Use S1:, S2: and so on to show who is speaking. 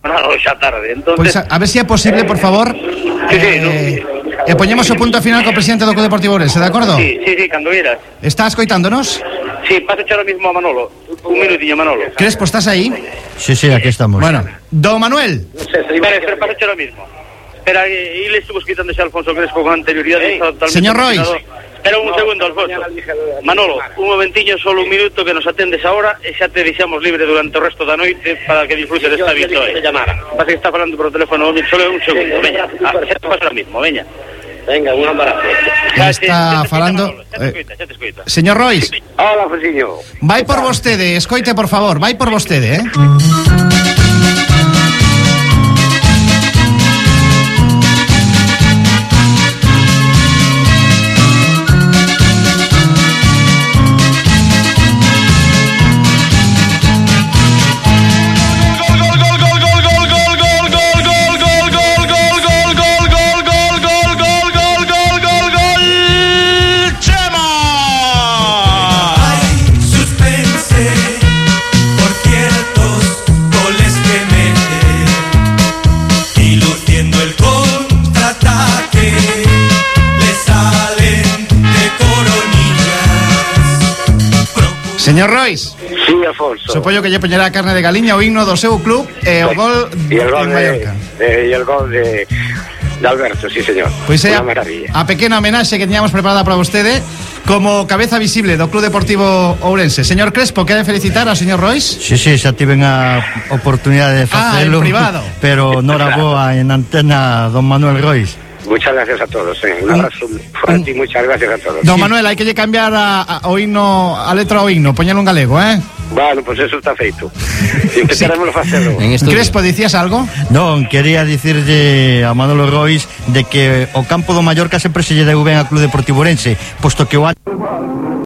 S1: pasado esa tarde. Entonces,
S2: Pois Pues a, a ver se é posible, por favor
S1: Sí, sí,
S2: eh,
S1: no.
S2: E poñemos o punto final co presidente do Club Deportivo Ourense, de acordo?
S1: Sí, sí, sí, cando quieras.
S2: Está escoitándonos?
S1: Sí, vas a echar ahora mismo a Manolo. Un minutillo, Manolo.
S2: Crespo, Pues estás aí?
S3: Sí, sí, aquí estamos.
S2: Bueno, don Manuel
S1: Espera, espera, vas a echar ahora mismo. Espera, eh, y le estuvimos quitando ese Alfonso Crespo con anterioridad. está totalmente
S2: Señor Roy.
S1: confinado. Espera un segundo, Alfonso. Manolo, un momentinho, solo un minuto que nos atendes ahora e xa te deixamos libre durante o resto da noite para que disfrutes desta victoria. Vas que está falando por teléfono, móvil, solo un segundo, veña. Ah, Xa te pasa ahora mismo, veña. Venga, un abrazo.
S2: Ya está falando,
S1: Xa te
S2: eh,
S1: escoita, xa te escoita.
S2: Señor Rois
S1: Hola, Alfonsiño.
S2: Vai por vostede, escoite, por favor Vai por vostede, eh?
S4: Hay suspense por ciertos goles que mete y luciendo el contraataque le salen de coronillas.
S2: Señor Rois
S5: Sí, Alfonso.
S2: Supollo que lle poñerá a carne de galiña o himno do seu club E o gol
S5: y el gol
S2: en
S5: de,
S2: Mallorca
S5: de- y el gol de, de Alberto, sí, señor.
S2: Pois é
S5: Una
S2: a,
S5: maravilla.
S2: Pues a pequena homenaxe que tiñamos preparada para vostede Como cabeza visible do Club Deportivo Ourense Señor Crespo, quere felicitar ao señor Rois?
S3: Sí, sí, xa tiven a oportunidade
S2: Ah,
S3: de
S2: en
S3: facelo
S2: privado.
S3: Pero nora boa en antena don Manuel Rois
S5: Muchas gracias a todos. eh. Un abrazo fuerte y muchas gracias a todos.
S2: Don Manuel, hai que lle cambiar a, a, o himno, a letra ao himno Poñelo en galego, eh?
S5: Bueno, pues eso está feito. Intentaremos hacerlo.
S6: En estudio.
S2: Crespo, dicías algo?
S3: Non, quería dicirlle a Manolo Rois De que o campo do Mallorca sempre se lle deu ben a Club Deportivo Orense Posto que o año